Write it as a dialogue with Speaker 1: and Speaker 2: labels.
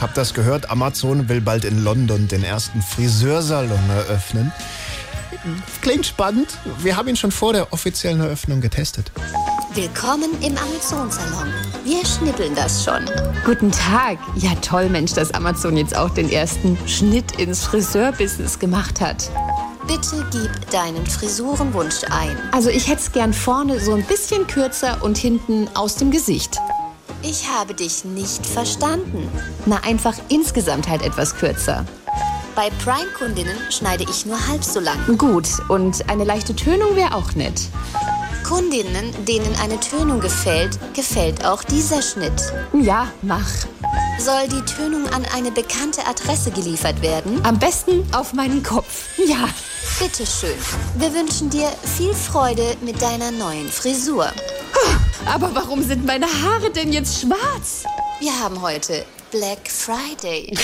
Speaker 1: Hab das gehört, Amazon will bald in London den ersten Friseursalon eröffnen. Klingt spannend. Wir haben ihn schon vor der offiziellen Eröffnung getestet.
Speaker 2: Willkommen im Amazon-Salon. Wir schnippeln das schon.
Speaker 3: Guten Tag. Ja, toll, Mensch, dass Amazon jetzt auch den ersten Schnitt ins Friseurbusiness gemacht hat.
Speaker 2: Bitte gib deinen Frisurenwunsch ein.
Speaker 3: Also, ich hätte es gern vorne so ein bisschen kürzer und hinten aus dem Gesicht.
Speaker 2: Ich habe dich nicht verstanden.
Speaker 3: Na, einfach insgesamt halt etwas kürzer.
Speaker 2: Bei Prime-Kundinnen schneide ich nur halb so lang.
Speaker 3: Gut, und eine leichte Tönung wäre auch nett.
Speaker 2: Kundinnen, denen eine Tönung gefällt, gefällt auch dieser Schnitt.
Speaker 3: Ja, mach.
Speaker 2: Soll die Tönung an eine bekannte Adresse geliefert werden?
Speaker 3: Am besten auf meinen Kopf. Ja.
Speaker 2: Bitteschön. Wir wünschen dir viel Freude mit deiner neuen Frisur.
Speaker 3: Aber warum sind meine Haare denn jetzt schwarz?
Speaker 2: Wir haben heute Black Friday.